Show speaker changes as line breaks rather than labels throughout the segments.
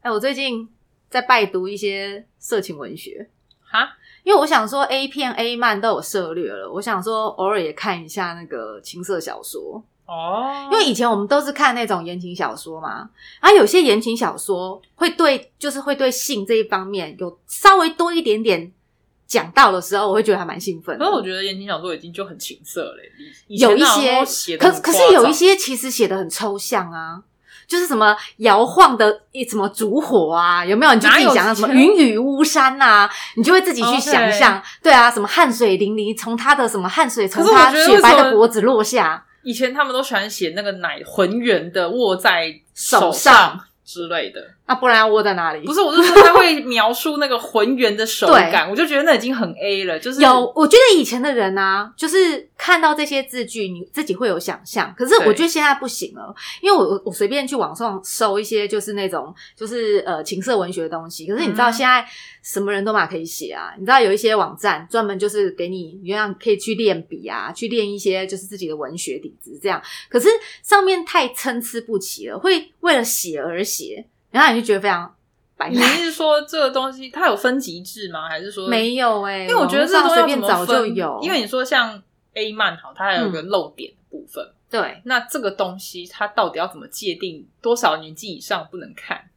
哎、我最近在拜读一些色情文学，
哈，
因为我想说 A 片 A 漫都有涉略了，我想说偶尔也看一下那个情色小说，
哦，
因为以前我们都是看那种言情小说嘛，然后有些言情小说会对就是会对性这一方面有稍微多一点点讲到的时候，我会觉得还蛮兴奋的。
可是我觉得言情小说已经就很情色嘞，以以前
有一
那种都
些
写，
可
的
可是有一些其实写的很抽象啊，就是什么摇晃的一什么烛火啊，有没有？你就自己想
哪
象
有
什么云雨巫山呐、啊，你就会自己去
哦
想象。对啊，什么汗水淋漓，从他的什么汗水从
可是我
他
觉得
雪白
为什
的
么
脖子落下，
以前他们都喜欢写那个奶浑圆的握在
手
手
上
上之类的，
那不然要窝在哪里？
不是，我是说他会描述那个浑圆的手 感，我就觉得那已经很 A 了，就是
有，我觉得以前的人啊，就是看到这些字句，你自己会有想象。可是我
对
觉得现在不行了，因为我我随便去网上搜一些就是那种就是呃情色文学的东西。可是你知道
嗯
现在什么人都嘛可以写啊？你知道有一些网站专门就是给你，你像可以去练笔啊，去练一些就是自己的文学底子这样。可是上面太参差不齐了，会为了写而写，然后你就觉得非常白
你
烂。
是说这个东西它有分级制吗？还是说
没？有哎、
因为我觉得这
网上
个东西
随
要
便
怎么
找就
分
有，嗯
因为你说像 A 漫好，它还有个漏点的部分。
对。
那这个东西它到底要怎么界定？多少年纪以上不能看？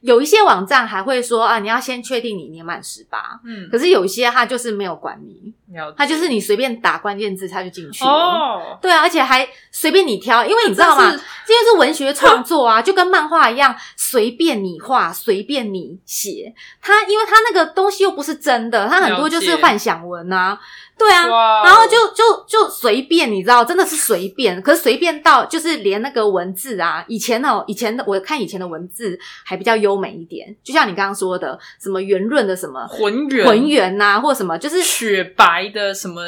有一些网站还会说啊，你要先确定你年满十八，
嗯
可是有一些它就是没有管你，它就是你随便打关键字，它就进去了。
哦，
对啊，而且还随便你挑，因为你知道吗？
但是
这就是文学创作啊，就跟漫画一样，随便你画，随便你写。它因为它那个东西又不是真的，它很多就是
了解
幻想文啊，对啊，
哇哦
然后就就就随便，你知道，真的是随便。可是随便到就是连那个文字啊，以前哦，以前的我看以前的文字还比较优美一点，就像你刚刚说的，什么圆润的什么
浑圆
浑圆呐，或什么，就是
雪白的什么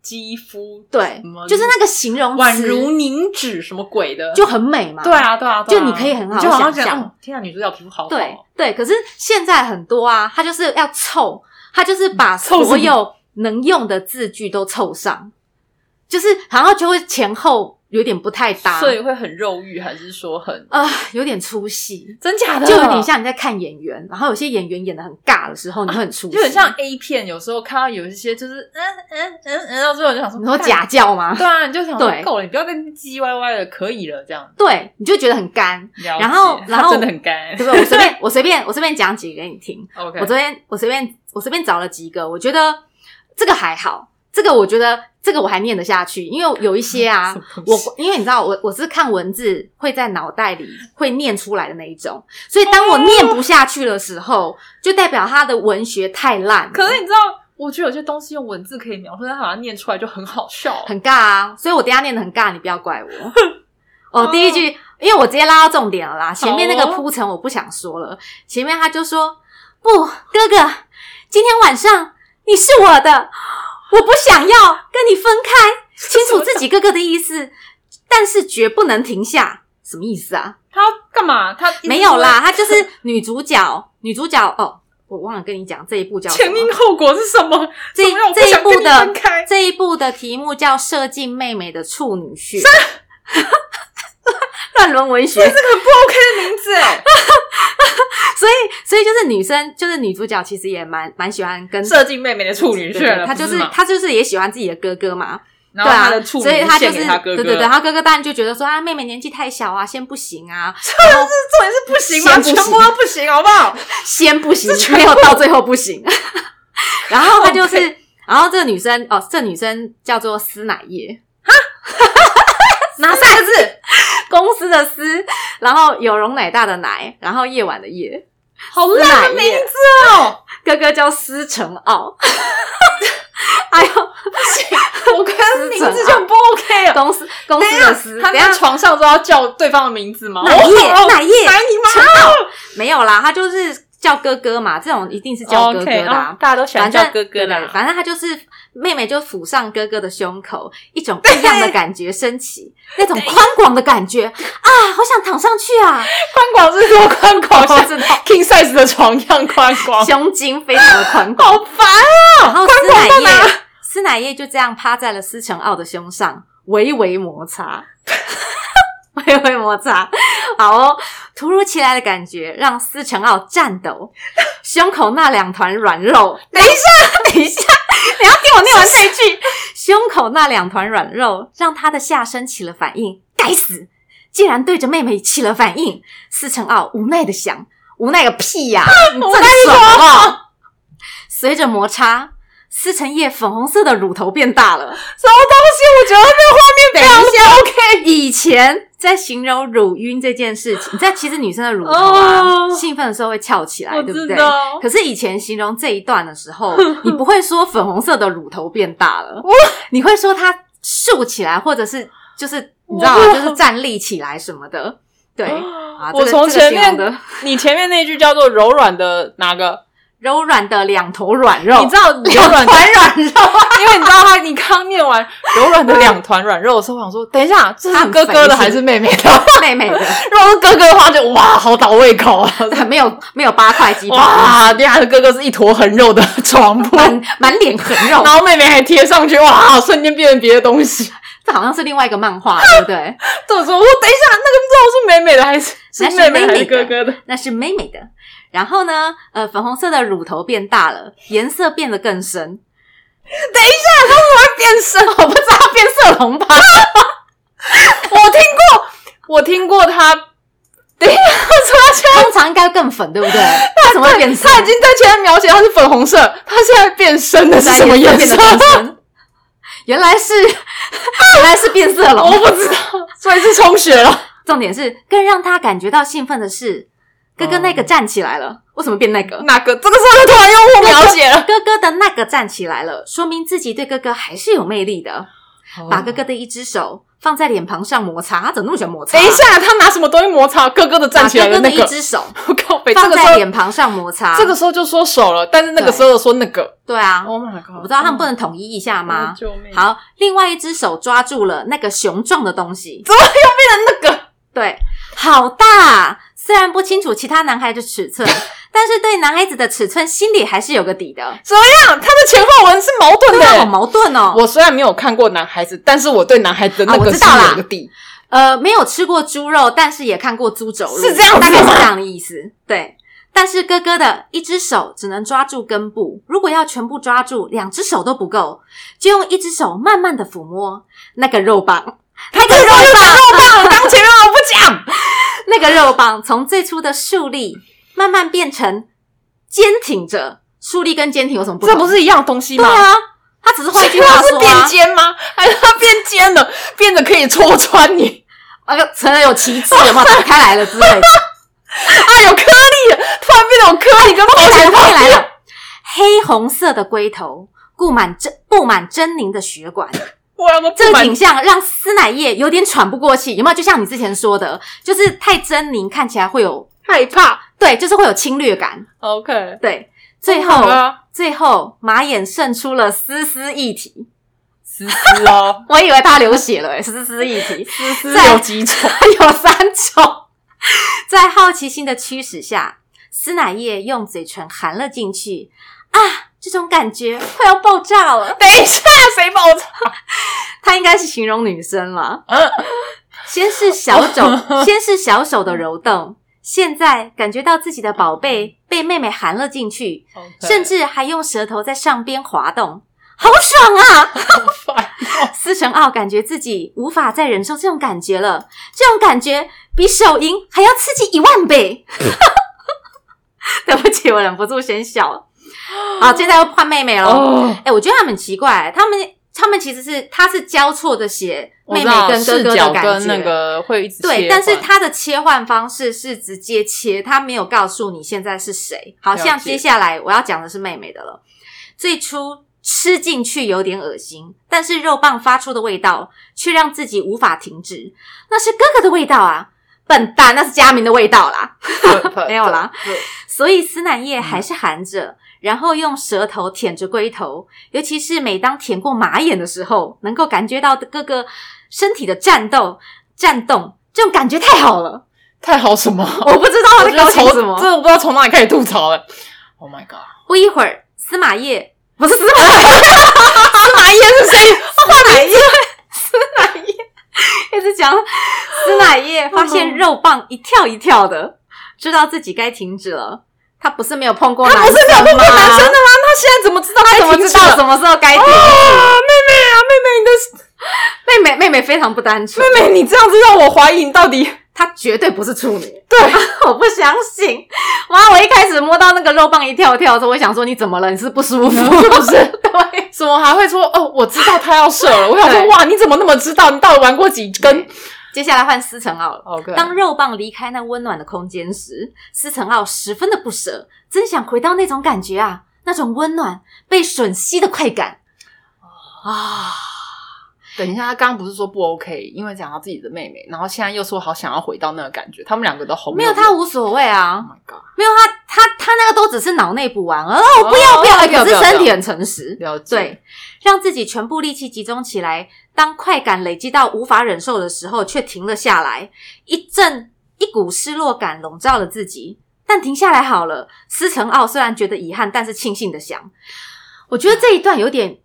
肌肤，
对
什么，
就是那个形容词
宛如凝脂什么鬼的，
就很美嘛。
对啊对啊，对
就
啊
你可以很好
你就好
想
像觉得
象
嗯天啊，女主角皮肤好好
对
哦，
对，可是现在很多啊，他就是要凑，他就是把
嗯凑什么
所有能用的字句都凑上，就是然后就会前后有点不太搭，
所以会很肉欲，还是说很
啊、有点出戏。
真假的？
就有点。像你在看演员，然后有些演员演的很尬的时候，你会很出戏，
就很像 A 片，有时候看到有一些就是嗯嗯嗯嗯，到最后就想说，
你说
干
假叫吗？
对啊，你就想说
对
够了，你不要再唧唧歪歪了，可以了，这样。
对，你就觉得很干，
了解
然后然后
它真的很干，
对不对？我随便，我随便，我随便讲几个给你听。
OK，
我昨天我随便我随便找了几个，我觉得这个还好，这个我觉得这个我还念得下去，因为有一些啊
什么，东
我
西
因为你知道我我是看文字会在脑袋里会念出来的那一种，所以当
哦
我念不下去的时候，就代表他的文学太烂了，
可是你知道，我觉得有些东西用文字可以描述，但它好像念出来就很好笑。
很尬啊，所以我等一下念的很尬，你不要怪我。哦，第一句，因为我直接拉到重点了啦，前面那
哦
个铺陈我不想说了。前面他就说：“不，哥哥，今天晚上你是我的，我不想要跟你分开，清楚自己哥哥的意思，但是绝不能停下。”什么意思啊？
他要干嘛？他
没有啦，，他就是女主角，女主角哦，我忘了跟你讲这一部叫什
前
么
因后果是什么？
这
怎么样我不
这一
想
部
跟你
的
分开
这一部的题目叫《射进妹妹的处女穴》， 乱伦文学。
啊这个很不 OK 的 名字哎，
所以，所以就是女生，就是女主角，其实也蛮蛮喜欢跟
射进妹妹的处女
对
穴了，
她
不
就是
吗
她就是也喜欢自己的哥哥嘛，
然后
对啊
他的处女
所以她就
献
是
给他哥哥，
对对对，她哥哥当然就觉得说啊，妹妹年纪太小啊，先不行啊，
重点是不行吗？
先
全
不行
部都不行，好不好？
先不 行，没有到最后不行。 然后她就是，然后这个女生哦，这女生叫做司乃叶，
哪三个字？
公司的司，然后有容乃大的乃，然后夜晚的夜。
好烂的名字哦！
哥哥叫司成傲， 哎呦，
我跟名字就很不 OK 了。
公司公司的司，
他
等一下
在床上都要叫对方的名字吗？
奶
我好
叶奶叶
烦你妈！
没有啦，他就是叫哥哥嘛，这种一定是叫哥哥的、啊
OK，哦大家都喜欢
反
叫
正
哥哥的
对
啊。
反正他就是妹妹就抚上哥哥的胸口，一种异样的感觉升起，那种宽广的感觉啊，好想躺上去 啊，
宽广是多宽广，
我
像
知道
king size 哦的床一样宽 广，
胸襟非常的宽广。
好烦
然后司
广
乃
到
叶，司乃叶就这样趴在了司 成傲的胸上，微微摩擦，微微摩擦。好哦，突如其来的感觉让思成傲颤抖，胸口那两团软肉。 等一下，等一下，你要听我念完这一句。胸口那两团软肉让他的下身起了反应。该死，竟然对着妹妹起了反应。思成傲无奈的想：无奈个屁呀、你
无
正
奈
爽
什
啊！随着摩擦，思成叶粉红色的乳头变大了。
什么东西？我觉得那个
等一下，OK。以前在形容乳晕这件事情，你知道其实女生的乳头啊
哦
兴奋的时候会翘起来，
我
对不
知
对？
道
可是以前形容这一段的时候，你不会说粉红色的乳头变大了，你会说它竖起来，或者是就是你知道吗？
哇哦
就是站立起来什么的。对，啊，
我
这个
从
这个
前
形容
面
的
你前面那句叫做柔软的哪个？
柔软的两头软肉，
你知道柔
两
软的
团软肉，
因为你知道他，你刚念完柔软的两团软肉的时候，我想说，等一下，这
他
是
很
哥哥
肥
的
是
还是妹妹的？
妹妹的，
如果是哥哥的话就，哇，好倒胃口 啊！
没有没有八块肌，
哇，等一下哥哥是一坨很肉的 床铺，
满满脸横肉
然，后妹妹还贴上去，哇，瞬间变成别的东西。
这好像是另外一个漫 画，对不对？
这个时候，我等一下，那个不知道是妹妹的还是
那
是
是
妹妹还
妹
是
妹
哥
的
哥的？
那是妹妹的。然后呢，呃，粉红色的乳头变大了，颜色变得更深。
等一下，他怎么会变身？我不知道变色龙吧？ 我听过，我听过他。等一下，我突然间
通常应该更粉，对不对？为什么会变色？
他已经在前面描写他是粉红色，他现在变深的是什么
原来
颜
变
色
得？更深？原来是 原来是变色
我
龙。
不知道，所以是充血了。
重点是更让他感觉到兴奋的是，哥哥
哦
那个站起来了。为什么变那个？
哪个？这个时候突然用我描写了，
哥哥的那个站起来了，说明自己对哥哥还是有魅力的。
哦
把哥哥的一只手放在脸庞上摩擦，他怎么那么喜欢摩擦？
等一，下，他拿什么东西摩擦哥哥的站
把
起来
哥哥
那
的一
个？
只 手
我靠北，这
放
个时
在
候
脸庞上摩擦。
这个时候就说手了，但是那个
对
时候说那个。
对啊，
Oh my god！
我不知道他们不能统一一下吗？
救命！好，
好，另外一只手抓住了那个雄壮的东西，
那个
对，好大。虽然不清楚其他男孩的尺 寸，但是对男孩子的尺寸心里还是有个底的。
怎么样？他的前后文是矛盾
对
的
啊，
欸。
好矛盾哦。
我虽然没有看过男孩子，但是我对男孩子的那
啊
个
我知
是
道啦
有一个 底。
呃，没有吃过猪肉，但是也看过猪肘肉，
是这样
大
子吗
概是这样的意思。对，但是哥哥的一只手只能抓住根部，如果要全部抓住，两只手都不够，就用一只手慢慢的抚摸那个肉棒，那个肉棒，
我当前面我不讲，
那个肉棒从最初的竖立，慢慢变成坚挺着。竖立跟坚挺有什么不同？
这不是一样东西
对
吗？
啊，他只是换一句话
是
说
变
啊，
尖吗？还是它变尖了，变得可以戳 穿你？
那个成了有旗帜， 有没有打开来了之类的？
啊，
哎
有颗粒了，突然变得有颗粒跟保
后来
险
了，后
套
来了，黑红色的龟头布满狰布满狰狞的血管，
我要
这个景象让司乃叶有点喘不过气，有没有？就像你之前说的，就是太狰狞，看起来会有
害怕。
对，就是会有侵略感。
OK，
对，最
好
后、
啊
最后马眼渗出了丝丝一体，
思思哦，
我以为他流血了、欸，丝丝一体，
思思
在
有几种？
有三种。在好奇心的驱使下，司乃叶用嘴唇含了进去，啊，这种感觉快要爆炸了。
等一下，谁爆炸？
它应该是形容女生啦。
嗯
先是小手，先是小手的揉动，现在感觉到自己的宝贝被妹妹含了进去，甚至还用舌头在上边滑动，好爽啊！
好烦。
思成傲感觉自己无法再忍受这种感觉了，这种感觉比手淫还要刺激一万倍。 对不起，我忍不住先笑了。好，现在要换妹妹喽。
哦，
哎、我觉得他们很奇怪、他们他们其实是他是交错的写妹妹跟哥哥
视
的
角
感觉，
跟那个会一直
对，
切
但是
换
他的切换方式是直接切，他没有告诉你现在是谁。好
了
像
解
接下来我要讲的是妹妹的了。最初吃进去有点恶心，但是肉棒发出的味道却让自己无法停止，那是哥哥的味道啊！笨蛋，那是佳明的味道啦。没有啦，所以司南叶
嗯
还是含着，然后用舌头舔着龟头，尤其是每当舔过马眼的时候，能够感觉到各个身体的战斗、战动，这种感觉太好了。
太好什么？
我不知道他
我
在高兴
从
什么。
这哦我不知道从哪里开始吐槽了。Oh my god！
不一会儿，司马叶不是司马叶， 司马叶是谁？司马叶，司马叶。一直讲司司乃叶发现肉棒一跳一跳的，知道自己该停止了。他不是没有碰过
他
男生吗，
不是没有碰过男生的吗？他现在怎么知道？
他怎么知道什
么？
么时候该
啊，妹
停？
妹啊，妹
妹妹妹妹非常不单纯，
妹，你的妹妹，你这样子让我怀疑你到底
她绝对不是处女。
对，
我不相信。哇！我一开始摸到那个肉棒一跳跳的时候，我想说你怎么了？你是不舒服是 不是？对，
怎么还会说哦？我知道他要射了。我想说，
对
哇，你怎么那么知道？你到底玩过几根
接下来换思成奥了。
？OK，
当肉棒离开那温暖的空间时，思成奥十分的不舍，真想回到那种感觉啊，那种温暖被吮吸的快感啊！
等一下，他刚刚不是说不 OK，因为讲到自己的妹妹，然后现在又说好想要回到那个感觉，他们两个都红了。
没有他无所谓
，Oh
啊，
my god，
没有他他他那个都只是脑内补完，哦，
我
不要不要，
不要，
可是
不要
身体很诚实，
了解，
对，让自己全部力气集中起来，当快感累积到无法忍受的时候，却停了下来。一阵一股失落感笼罩了自己，但停下来好了。思成奥虽然觉得遗憾，但是庆幸的想，我觉得这一段有点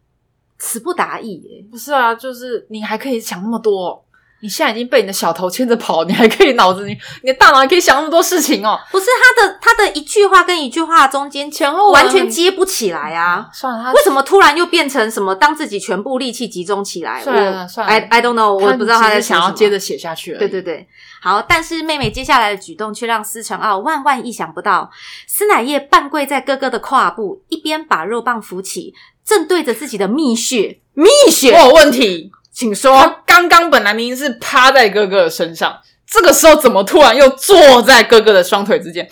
词不达意耶。
不是啊，就是你还可以想那么多哦、你现在已经被你的小头牵着跑，你还可以脑子里，你的大脑还可以想那么多事情哦。
不是他的他的一句话跟一句话中间
前后文
完全接不起来啊。
算了，他
为什么突然又变成什么？当自己全部力气集中起来，
算了
我
算了
I I don't know，我也不知道他
只
在
是想
想
要
什么
接着写下去而已。
对对对，好，但是妹妹接下来的举动却让思成奥万万意想不到。司乃叶半跪在哥哥的胯部，一边把肉棒扶起，正对着自己的蜜穴。蜜穴，
我有问题。
请
他
说。
刚刚本来明明是趴在哥哥的身上，这个时候怎么突然又坐在哥哥的双腿之间？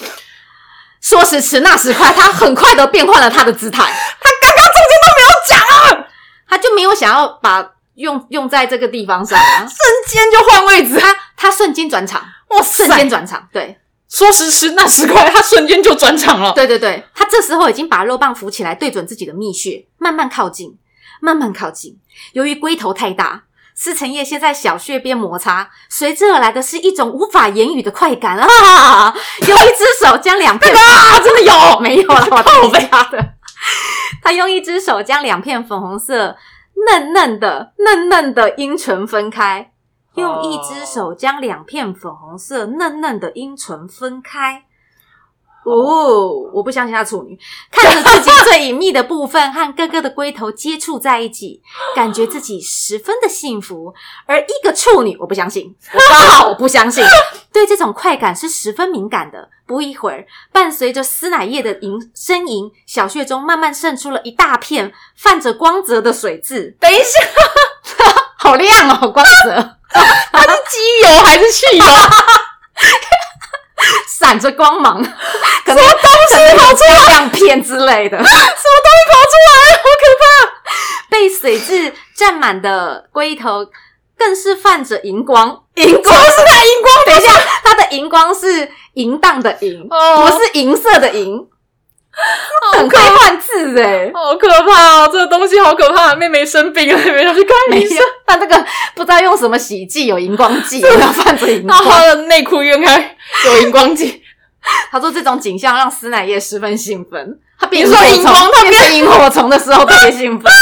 说时迟，那时快，他很快的变换了他的姿态。啊他就没有想要把用用在这个地方上、 啊，
瞬间就换位置，
他他瞬间转场，
哇
瞬
塞！
间转场。对
说时迟，那时快，他瞬间就转场了。
对对对，他这时候已经把肉棒扶起来，对准自己的蜜穴，慢慢靠近。慢慢靠近。由于龟头太大，司成叶先在小穴边摩擦，随之而来的是一种无法言语的快感啊！用一只手将两片
啊，真的有
没有了，我
靠背
他的。他用一只手将两片粉红色、嫩嫩的、嫩嫩的阴唇分开，用一只手将两片粉红色、嫩嫩的阴唇分开。哦，我不相信他处女，看着自己最隐秘的部分和哥哥的龟头接触在一起，感觉自己十分的幸福。而一个处女，我不相信，我
啊
刚好我不相信，对这种快感是十分敏感的。不一会儿，伴随着司乃叶的吟呻吟，小穴中慢慢渗出了一大片泛着光泽的水渍，
等一下，
好亮哦，光泽
他是机油还是 汽油？
闪着光芒，可能东西跑出来，亮片之类的，什么东西跑出来，好可怕！ 被水渍沾满的龟头更是泛着荧光，荧光是它荧光，等一下，它的荧光是淫荡的淫，
哦
不是银色的银，很会换字哎、
好可怕哦！这个东西好可怕，妹妹生病了，妹妹要去看
没
医生
有。，但这个不知道用什么洗剂，有荧光 剂，然后泛着荧
然后
光。
她的内裤晕开，有荧光 剂。
他说这种景象让司乃叶十分兴奋，他变
你说
成
荧光
火虫
它
变成萤火虫的时候特别兴 奋。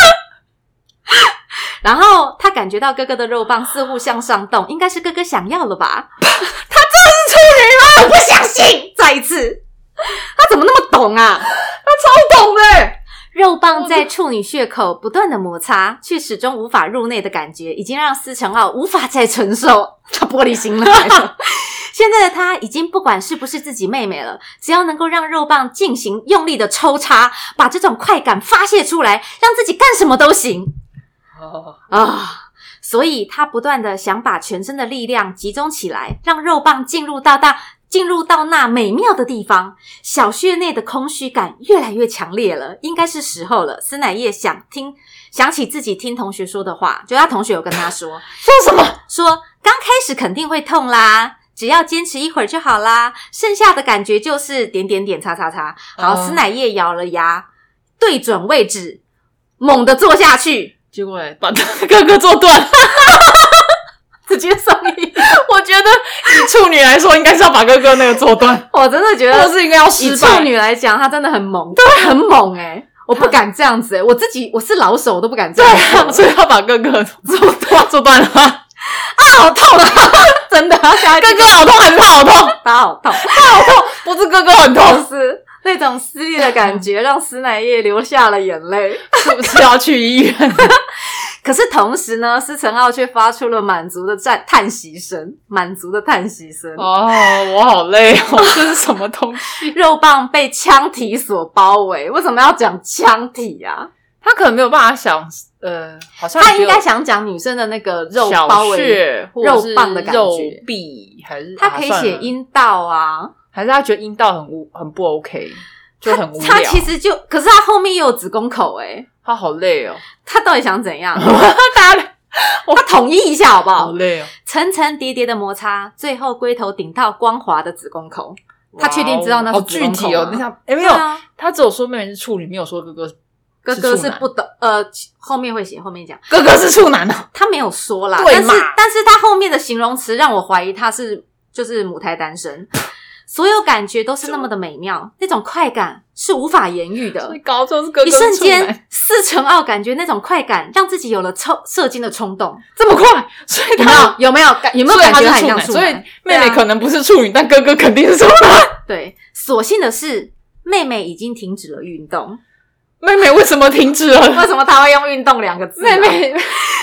然后他感觉到哥哥的肉棒似乎向上动，应该是哥哥想要了吧？
啊
他真的是处女吗？我不相信！再一次，他怎么那么懂啊？
他超懂的、
肉棒在处女穴口不断的摩擦，却始终无法入内的感觉，已经让思成奥无法再承受。 他玻璃心来了。 现在的他已经不管是不是自己妹妹了，只要能够让肉棒进行用力的抽插，把这种快感发泄出来，让自己干什么都行
哦，
啊！所以他不断的想把全身的力量集中起来，让肉棒进入到大进入到那美妙的地方，小穴内的空虚感越来越强烈了，应该是时候了。司乃叶想听，想起自己听同学说的话，就他同学有跟他说，
说什么？
说刚开始肯定会痛啦，只要坚持一会儿就好啦，剩下的感觉就是点点点叉叉叉。好，
嗯
司乃叶咬了牙，对准位置，猛地坐下去，
结果嘞把他哥哥做断。
直接送医。
我觉得以处女来说，应该是要把哥哥那个做断，
我真的觉
或
得
者是应该要
以
失
处
败。
女来讲，她真的很猛，对，很猛哎、我不敢这 样子、欸，我自己我是老手，我都不敢这
对
样
啊，
做。
所以要把哥哥做断做断了。
好痛 啊！真的，下一
哥哥好痛还是他好痛？
他好痛，
不是哥哥很
就
痛，
是那种撕裂的感 觉，让司乃叶流下了眼泪。
是不是要去医院？
可是同时呢，司承浩却发出了满足的赞叹息声，满足的叹息声。
哦，我好累 哦，这是什么东西？
肉棒被枪体所包围，为什么要讲枪体啊？
他可能没有办法想，呃，好像
他应
只
该
有
想讲女生的那个肉
小
包围，
穴或者
肉
是
棒的感觉
肉壁还是
他可以
啊算
写
了
阴道啊。
还是他觉得阴道很无很不 OK，就很无聊。
他其实就，可是他后面也有子宫口哎、
他好 累哦，
他到底想怎 样？
大家
他统一一下好不好
好？累哦。
层层叠叠的摩擦，最后龟头顶到光滑的子宫口。 他确定知道那是
好
子
具
宫口
体哦
吗。
那他哎没
没
有，
啊，
他只有说妹妹是处女，没有说哥哥
哥哥
是处
是
男
不懂，呃，后面会写，后面讲。
哥哥是处男 啊。
他没有说啦，
对
但是
嘛
但是他后面的形容词让我怀疑他是就是母胎单 身，所有感觉都是那么的美妙，那种快感是无法言喻的
所以。高中是 哥哥
一
是
瞬
处男
间，四成奥感觉那种快感，让自己有了抽射精的冲动。
这么快， 所以
有没
他
有有没有感有没有
所以
感觉
他
很
是
像
处男所以
对
妹
啊
妹可能不是处女，但哥哥肯定 是处男。
对，所幸的是，妹妹已经停止了运动。
妹妹为什么停止了？
为什么她会用“运动”两个字、啊
妹妹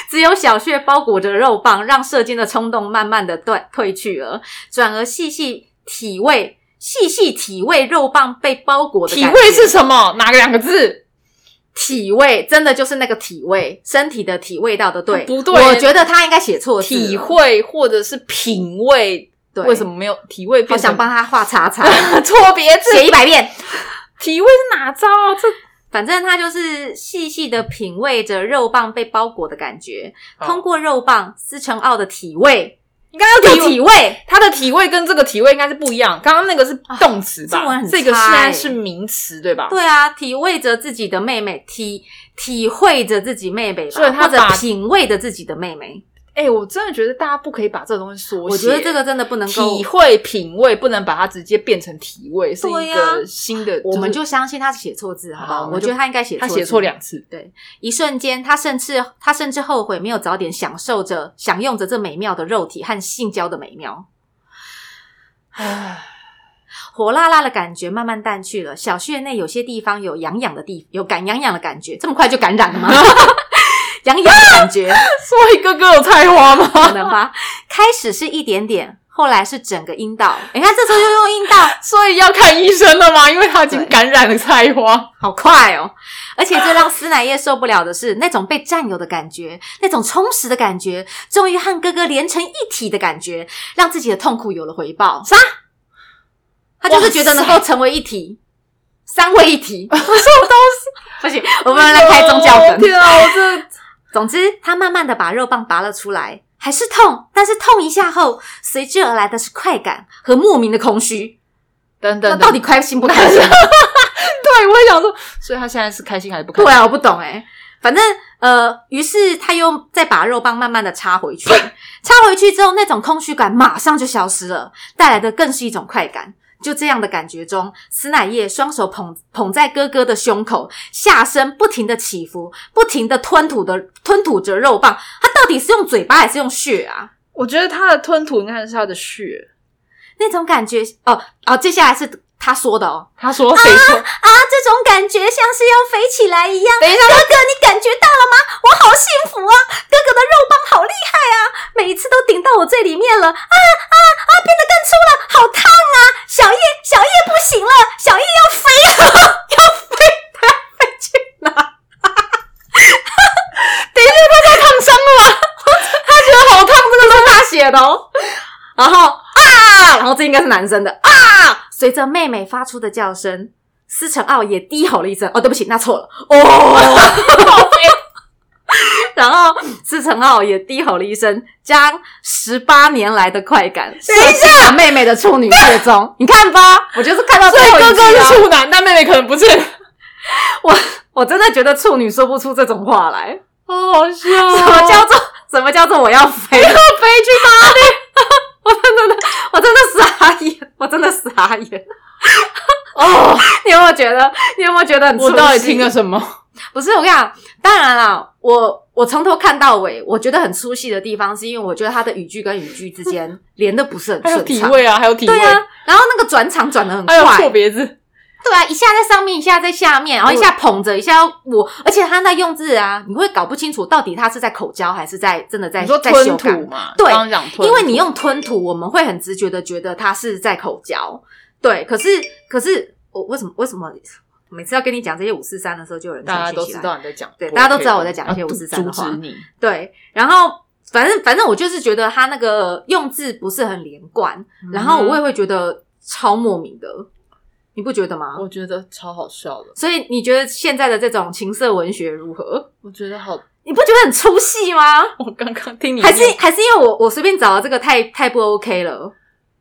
只有小穴包裹着肉棒，让射精的冲动慢慢的退退去了，转而细细体味，细细体味肉棒被包裹的
体
感
会
觉
是什么？哪两个字？
体味，真的就是那个体味，身体的体味道的对，
不对
我觉得他应该写错字了
体，会或者是品味，
对，
为什？么没有体味？
好想帮他画叉 叉，
错别字，
写一百遍。
体味是哪招啊？这
反正他就是细细的品味着肉棒被包裹的感觉，通过肉棒思成奥的体味，
你刚刚
的
有体
体
味，
味，
它的体味跟这个体味应该是不一样。刚刚那个是动词吧
啊？这文很
这个
差
现在
欸
是名词对吧？
对啊，体味着自己的妹妹，体体会着自己妹妹吧，
所以他
或者
把
品味着自己的妹妹。
哎、我真的觉得大家不可以把这个东西缩写。
我觉得这个真的不能够
体，会品味不能把它直接变成体味，是
对
一
啊
个新的。
我们
是
就相信他写错字，好不
好
好？
我
我
就
觉得他应该写
他
字
写错。两次，
一瞬间，他甚至他甚至后悔没有早点享受着享用着这美妙的肉体和性交的美妙。
唉，
火辣辣的感觉慢慢淡去了，小穴内有些地方有痒痒的地，有感痒痒的感觉。这么快就感染了吗？ 痒痒的感觉。
所以哥哥有菜花
可
吗？
能吧。开始是一点点，后来是整个阴道。你看，这时候又用阴道，
所以要看医生了吗？因为他已经
对
感染了菜花。
好快哦！而且最让司乃叶受不了的是，那种被占有的感觉，那种充实的感觉，终于和哥哥连成一体的感觉，让自己的痛苦有了回报。啥？他就是觉得能够成为一体，三位一体， 什么东西？ 不行，我们来开宗教
哦
粉。
天啊，我这
总之，他慢慢的把肉棒拔了出来，还是痛，但是痛一下后，随之而来的是快感和莫名的空虚。
等
那
等，
到底开心不开心？
对，我也想说，所以他现在是开心还是不开
对
心？
啊，我不懂哎、反正呃，于是他又再把肉棒慢慢的插回去，插回去之后，那种空虚感马上就消失了，带来的更是一种快感。就这样的感觉中，司乃叶双手捧捧在哥哥的胸口，下身不停的起伏，不停的吞吐的吞吐着肉棒。他到底是用嘴巴还是用血啊？
我觉得他的吞吐应该是他的血。
那种感觉哦哦，接下来是他说的哦
他说谁说？
啊，这种感觉像是要飞起来一样。
等一下
哥哥，你感觉到了吗？我好幸福啊！哥哥的肉棒好厉害啊，每一次都顶到我最里面了啊啊啊！变得更粗了，好烫啊！小叶，小叶不行了，小叶要飞了，要飞，它飞去哪？等一下，他在烫伤了， 他觉得好烫，这个是他写的哦。 然后啊，然后这应该是男生的啊。随着妹妹发出的叫声，思成奥也低吼了一声。哦，对不起，那错了。哦， 然后思成奥也低吼了一声，将十八年来的快感射
等一
进了妹妹的处女穴 中。你看吧，我就是看到最
所以
后
哥
一
哥
集
是
啊，
处男，但妹妹可能不是。
我真的觉得处女说不出这种话来。
好好 笑
什
哦！
么叫做什么叫做我要飞？
飞去吗？
我真的傻眼，我真的傻眼。
哦，
你有没有觉得？你有没有觉得很？
我到底听了？什么？
不是我跟你讲，当然啦，我我从头看到尾，我觉得很出戏的地方，是因为我觉得他的语句跟语句之间连的不是很
还有
顺
体
畅。
位啊，还有体位
对，啊，然后那个转场转的很
还
快，
有错别字，
对啊，一下在上面，一下在下面，然后一下捧着，一下我，而且他那用字啊，你会搞不清楚到底他是在口交还是在真的在
你说
在
吞
修改
吐嘛？
对
刚刚讲吞，
因为你用吞吐，我们会很直觉的觉得他是在口交。对，可是可是我为什么为什么每次要跟你讲这些五四三的时候，就有人
大家
传讯
都
息
知
来
道你在讲，
对
不
大家都
可以
知道
的
我在讲一些
要
五四三的
阻
话
止你，
对，然后反正反正我就是觉得他那个用字不是很连贯，
嗯
嗯然后我也会觉得超莫名的，你不觉得吗？
我觉得超好笑的，
所以你觉得现在的这种情色文学如何？
我觉得好，
你不觉得很出戏吗？
我刚刚听你
还是
念
还是因为我我随便找的这个太太不 OK 了？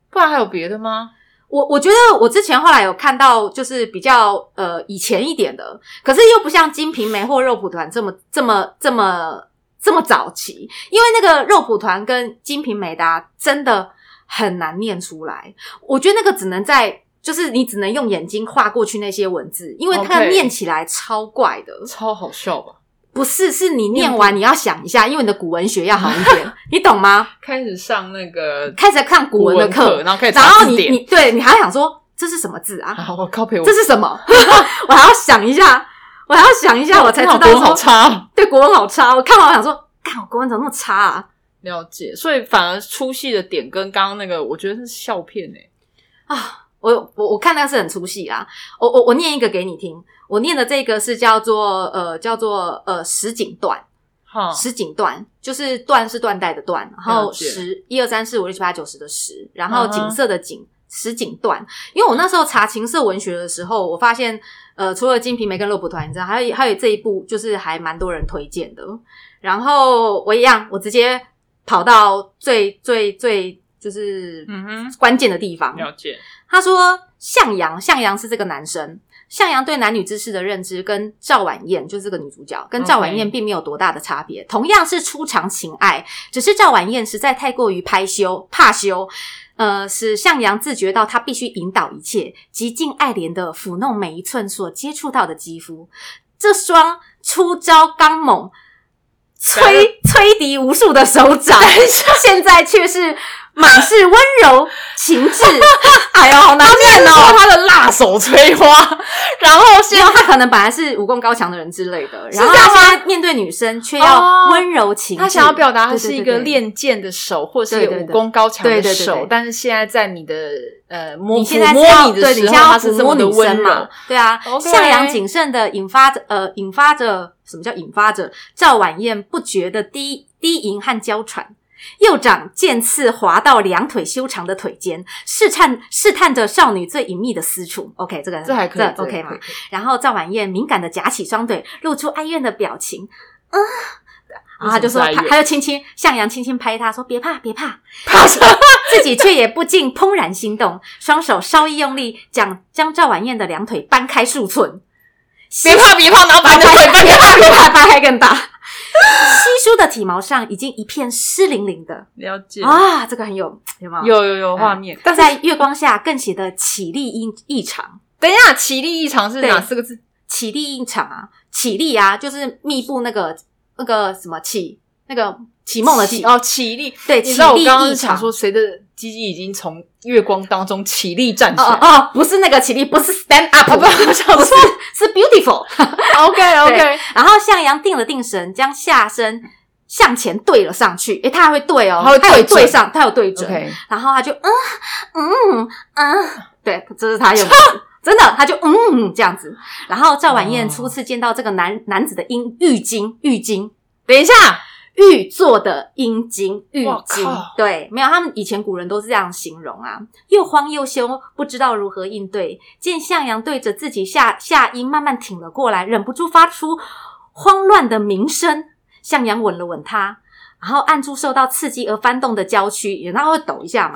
不然还有别的吗？
我我觉得我之前后来有看到，就是比较呃以前一点的，可是又不像《金瓶梅》或《肉蒲团》这么这么这么这么早期，因为那个《肉蒲团》跟《金瓶梅》的、啊、真的很难念出来，我觉得那个只能在就是你只能用眼睛划过去那些文字，因为它
OK
念起来超怪的。
超好笑吧？
不是，是你
念
念
不
完你要想一下，因为你的古文学要好一 点，你懂吗？
开始上那个
开始看古文的课，
然后开始
然
查
后
字
你
典
你对你还想说这是什么字啊？
啊，我靠陪我
这是什么？ 我还要想一下，我还要想一下，我才知
那
道
国文好
说
差哦。
对国文好差。我看完我想说，看我国文怎么那么差啊？
了解，所以反而出戏的点跟刚刚那个，我觉得是笑片哎、
啊，我我我看那个是很出戏啦。我我我念一个给你听，我念的这个是叫做呃叫做呃实景段，
哈，
十锦段就是段是缎带的段，然后
嗯了解
十一二三四五六七八九十的十，然后
嗯哼
景色的景。十锦段，因为我那时候查情色文学的时候，我发现，呃，除了《金瓶梅》跟《肉蒲团》之外，还有还有这一部，就是还蛮多人推荐的。然后我一样，我直接跑到最最最就是
嗯哼，
关键的地方，
了解，
他说向阳，向阳是这个男生。向阳对男女之事的认知跟赵婉燕，就是这个女主角，跟赵婉燕
OK
并没有多大的差别同样是初尝情爱，只是赵婉燕实在太过于拍羞、怕羞，呃，使向阳自觉到他必须引导一切，极尽爱怜的抚弄每一寸所接触到的肌肤。这双出招刚猛、摧摧敌无数的手掌，现在却是满是温柔、情致。哎呦，好难念哦！
哦，他的辣手摧花，然后
没有，他可能本来是武功高强的人之类的，
啊是
然后
这样
他
吗
现在面对女生却要
哦
温柔情致、
他想要表达他
对
是一个，练剑的手，或者是一
对对
个武
对
对武功高强
对
的
对对
手
对，
但是现在在你的
对
呃
对对
摸
你现在
抚
是要
摸你的
对，你
时
现在
候，
要
他是
抚
这
摸
么的
女
温
生
柔
嘛，？对啊，
OK
向阳谨慎的引发着呃引发着什么叫引发着呃赵婉燕不觉的低低吟和娇喘。右掌渐次滑到两腿修长的腿间，试探试探着少女最隐秘的私处。OK，这个
这还可以这还可以
，OK 吗？然后赵婉燕敏感的夹起双腿，露出哀怨的表情，啊，然后他就说
为什么是哀
他
怨
他就轻轻向阳轻轻拍他说别怕别怕，
怕什
自己却也不禁怦然心动，双手稍一用力，将将赵婉燕的两腿掰开数 寸，
别怕别怕，然后 把你的腿掰
别
开，
怕别怕，掰开更大。稀疏的体毛上已经一片湿淋淋的
了解
啊，这个很有有吗？
有有有画面，但是
在月光下更显得绮丽异异常，
等一下，奇力异常是
对
哪四个字？
绮丽异常啊，绮丽啊，就是密布那个那个什么绮那个绮梦的绮，
哦，起立。
对，
你
绮
知道我
丽
刚刚
异
是想
常。
说，谁的鸡鸡已经从月光当中起立站起
哦哦
来
哦，不是那个起立，不是 stand up，
啊不
不是
想说
是 beautiful。
？OK
对然后向阳定了定神，将下身向前对了上去。诶，他还会对哦，
他会
有
对准
对上，他有对准。
OK，
然后他就嗯嗯嗯，对，这是他用 的。真的，他就嗯这样子。然后赵婉燕
哦
初次见到这个男男子的阴浴巾，浴巾，
等一下，
玉做的阴茎，浴
哇
巾
靠，
对，没有，他们以前古人都是这样形容啊，又慌又羞，不知道如何应对。见向阳对着自己下下阴慢慢挺了过来，忍不住发出慌乱的鸣声。向阳吻了吻他，然后按住受到刺激而翻动的娇躯，也让他会抖一 下嘛，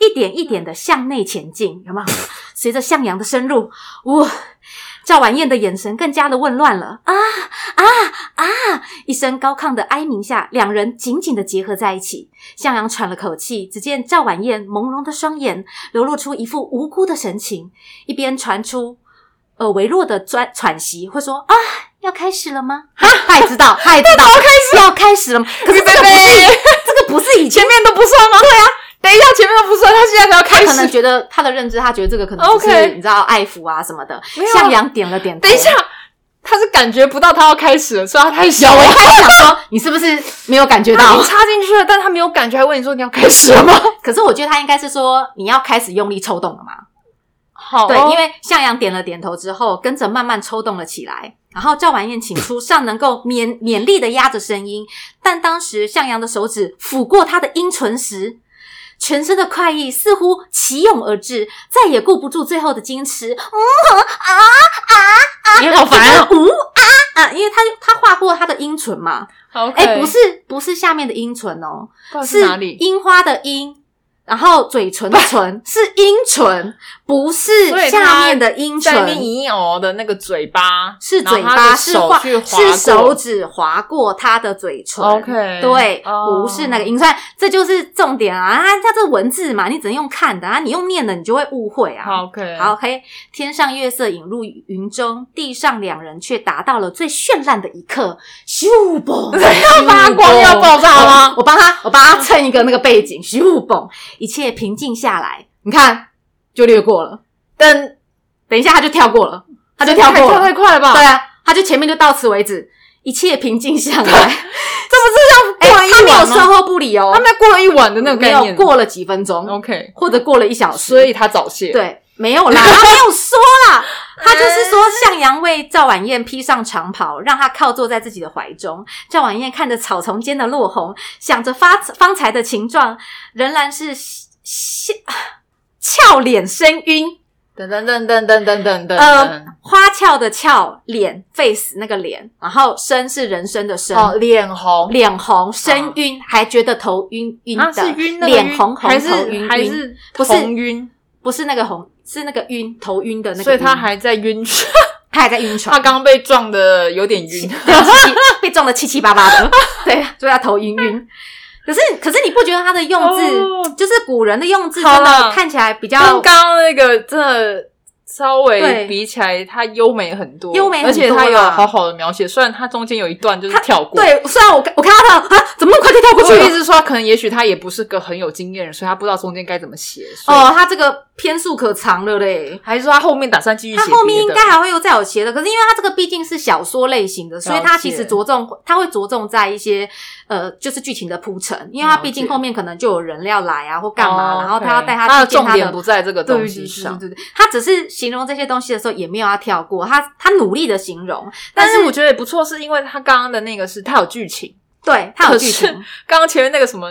一点一点的向内前进，有没有？随着向阳的深入，哇！赵婉燕的眼神更加的混乱了啊啊啊！一声高亢的哀鸣下，两人紧紧的结合在一起。向阳喘了口气，只见赵婉燕朦胧的双眼流露出一副无辜的神情，一边传出呃微弱的喘喘息，会说啊要开始了吗？ 他他也知道，他也知道
要开
始 要开始了吗？可是这
贝
个不是
贝，
这个不是以前
前面都不算吗？对啊，等一下前面都不算，他现在才要
他
开
可能
始。
觉得他的认知，他觉得这个可能就是
OK
你知道爱抚啊什么的
没有。啊
向阳点了点头，
等一下，他是感觉不到他要开始了，所以他太小
有
了
我。刚才想 说你是不是没有感觉
他已
到
经？插进去了，但他没有感觉，还问你说你要开始了吗？
可是我觉得他应该是说你要开始用力抽动了嘛？
好哦、
对，因为向阳点了点头之后，跟着慢慢抽动了起来。然后赵婉燕请出尚能够勉勉力的压着声音，但当时向阳的手指抚过他的阴唇时，全身的快意似乎齐涌而至，再也顾不住最后的矜持。
你好烦哦。
呜啊啊！因为他他划过他的阴唇嘛，
OK，
哎、不是不是下面的阴唇哦，
不
是
知道是哪里？
樱花的樱，然后嘴唇的唇是樱唇，不是
所以他
下面的樱
在那边
唇，
咦哦的那个嘴巴，
是嘴
然后他
巴
的
是
手
划
去划
是手
过
指划过他的嘴唇。
OK，
对
哦
不是那个音，所以这就是重点啊！啊它这文字嘛，你只能用看的啊，你用念的你就会误会啊。
好 OK，
好，OK，天上月色引入云中，地上两人却达到了最绚烂的一刻。咻 嘣，
要发光
咻
要爆炸吗
嘣我帮他，我帮他衬一个那个背景。咻嘣，一切平静下来，你看就略过了。
但
等一下他就跳过了，他就
这
跳
太
过
跳
了
太。快了吧？
对啊，他就前面就到此为止，一切平静下 来。
这不
哎、他
是要过了一
没有
晚
售
吗？
后不理哦，
他没有过了一晚的那个
没
概
有
念，
过了几分钟，
OK，
或者过了一小时，
所以他早泄。，
对，没有 啦，他没有说 啦，他就是说向阳为赵婉燕披上长袍，让她靠坐在自己的怀中。赵婉燕看着草丛间的落红，想着发方才的情状，仍然是笑俏脸生晕，
噔噔噔噔噔噔噔噔，
呃，花俏的俏脸 face 那个脸，然后生是人生的生。
哦，脸红，
脸红身晕，还觉得头晕晕的，
啊是晕那个
脸
晕
红红
还
头晕
是还
晕
是
不是
红晕，
不是那个红，是那个晕头晕的那个晕，
所以他还在 晕船，
他还在晕船，
他刚被撞的有 点晕。
被撞的七七八八 的，对，所以他头晕晕。可是，可是你不觉得他的用字，
哦
就是古人的用字，
好
真
啦
的看起来比
跟
较
刚刚那个真的稍微
对
比起来，它优美很多，
优美很多
而且它有
啦
好好的描写。虽然它中间有一段就是跳过，，
对。虽然我看我看到他啊，怎么那么快就跳过
我就
去
一
了？
直说，可能也许他也不是个很有经验的人，所以他不知道中间该怎么写。哦，
哦，他这个篇数可长了嘞。
还是说他后面打算继续写
他
别的？
后面应该还会有再有写的，可是因为他这个毕竟是小说类型的，所以他其实着重，他会着重在一些呃，就是剧情的铺陈，因为他毕竟
了解
后面可能就有人要来啊，或干嘛，
哦
然后他
OK
要带
他
他
的
去见
重
他
点
的
不在这个
对
东
对
西
对
上。
对对，对他只是形容这些东西的时候也没有要跳过，他他努力的形容，
但
是
是我觉得也不错，是因为他刚刚的那个是他有剧情，
对他有
可
剧
是
情，
刚刚前面那个什么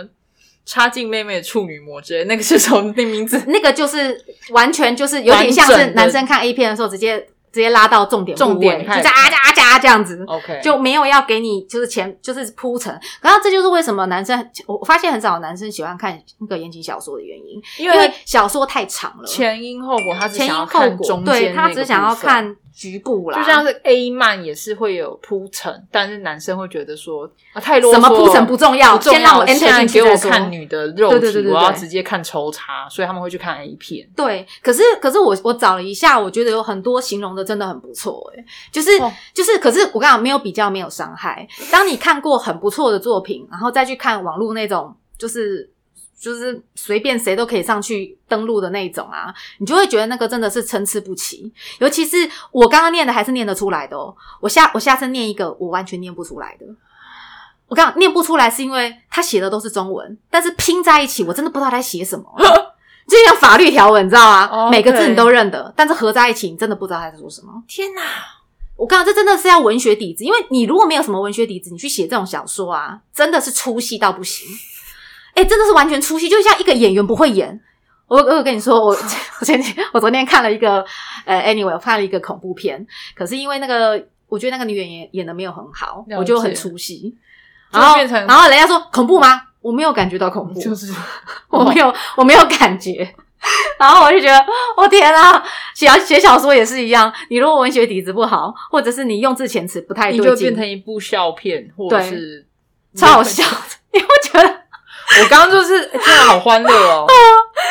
插进妹妹的处女膜之类，那个是什么那名字？
那个就是完全就是有点像
完
是
整的
男生看 A 片的时候直接直接拉到重点部位
重点哦
就
看
是啊啊啊啊这样子。
OK，
就没有要给你就是前就是铺陈，然后这就是为什么男生我我发现很少男生喜欢看那个言情小说的原因，
因
因为小说太长了，
前因后果，他只
前
想
因
要
后
看
果
中，间
对他
那个
只想要
部分，
看局部啦，
就像是 A 漫也是会有铺陈，但是男生会觉得说啊太啰嗦
什
了，
么铺陈不重要，
不重
先让我
现
enter
在
进去
给
再
我
说
看女的肉体，
对对对对对
我要直接看抽查，所以他们会去看 A 片。
对，可是可是我我找了一下，我觉得有很多形容的真的很不错、欸，就是、
哦
就是，可是我跟你讲，没有比较，没有伤害。当你看过很不错的作品，然后再去看网络那种，就是就是随便谁都可以上去登录的那种啊，你就会觉得那个真的是参差不齐。尤其是我刚刚念的还是念得出来的哦，我下我下次念一个我完全念不出来的。我刚念不出来，是因为他写的都是中文，但是拼在一起，我真的不知道他在写什么。就像法律条文，你知道吗
OK
每个字你都认得，但是合在一起，你真的不知道他在说什么。
天哪！
我告诉你，这真的是要文学底子，因为你如果没有什么文学底子，你去写这种小说啊，真的是出戏到不行。哎、真的是完全出戏，就像一个演员不会演。我我有跟你说，我我前天我昨天看了一个呃，anyway，我看了一个恐怖片，可是因为那个我觉得那个女演员演的没有很好
了，解
我就很出戏。
就
然后
变成
然后人家说恐怖吗？我没有感觉到恐怖，
就是
我没有，我没有感觉。 然后我就觉得，我、天啊，写写小说也是一样。你如果文学底子不好，或者是你用字遣词不太
你
对
就变
劲，
成一部笑片，或者
对
是
超好笑。的。 你不觉得
我刚刚就是哎天哪，好欢乐 哦，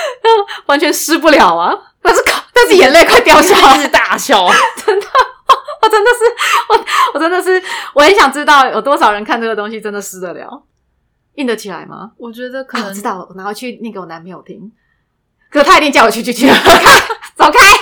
完全湿不了啊？但是口但是眼泪快掉下
一
来，
直大笑。
我真的是，我我真的是，我很想知道有多少人看这个东西真的撕得了，印得起来吗？
我觉得可
啊
能
我知道，我拿回去那给我男朋友听，可他一定叫我去去去，走开，走开，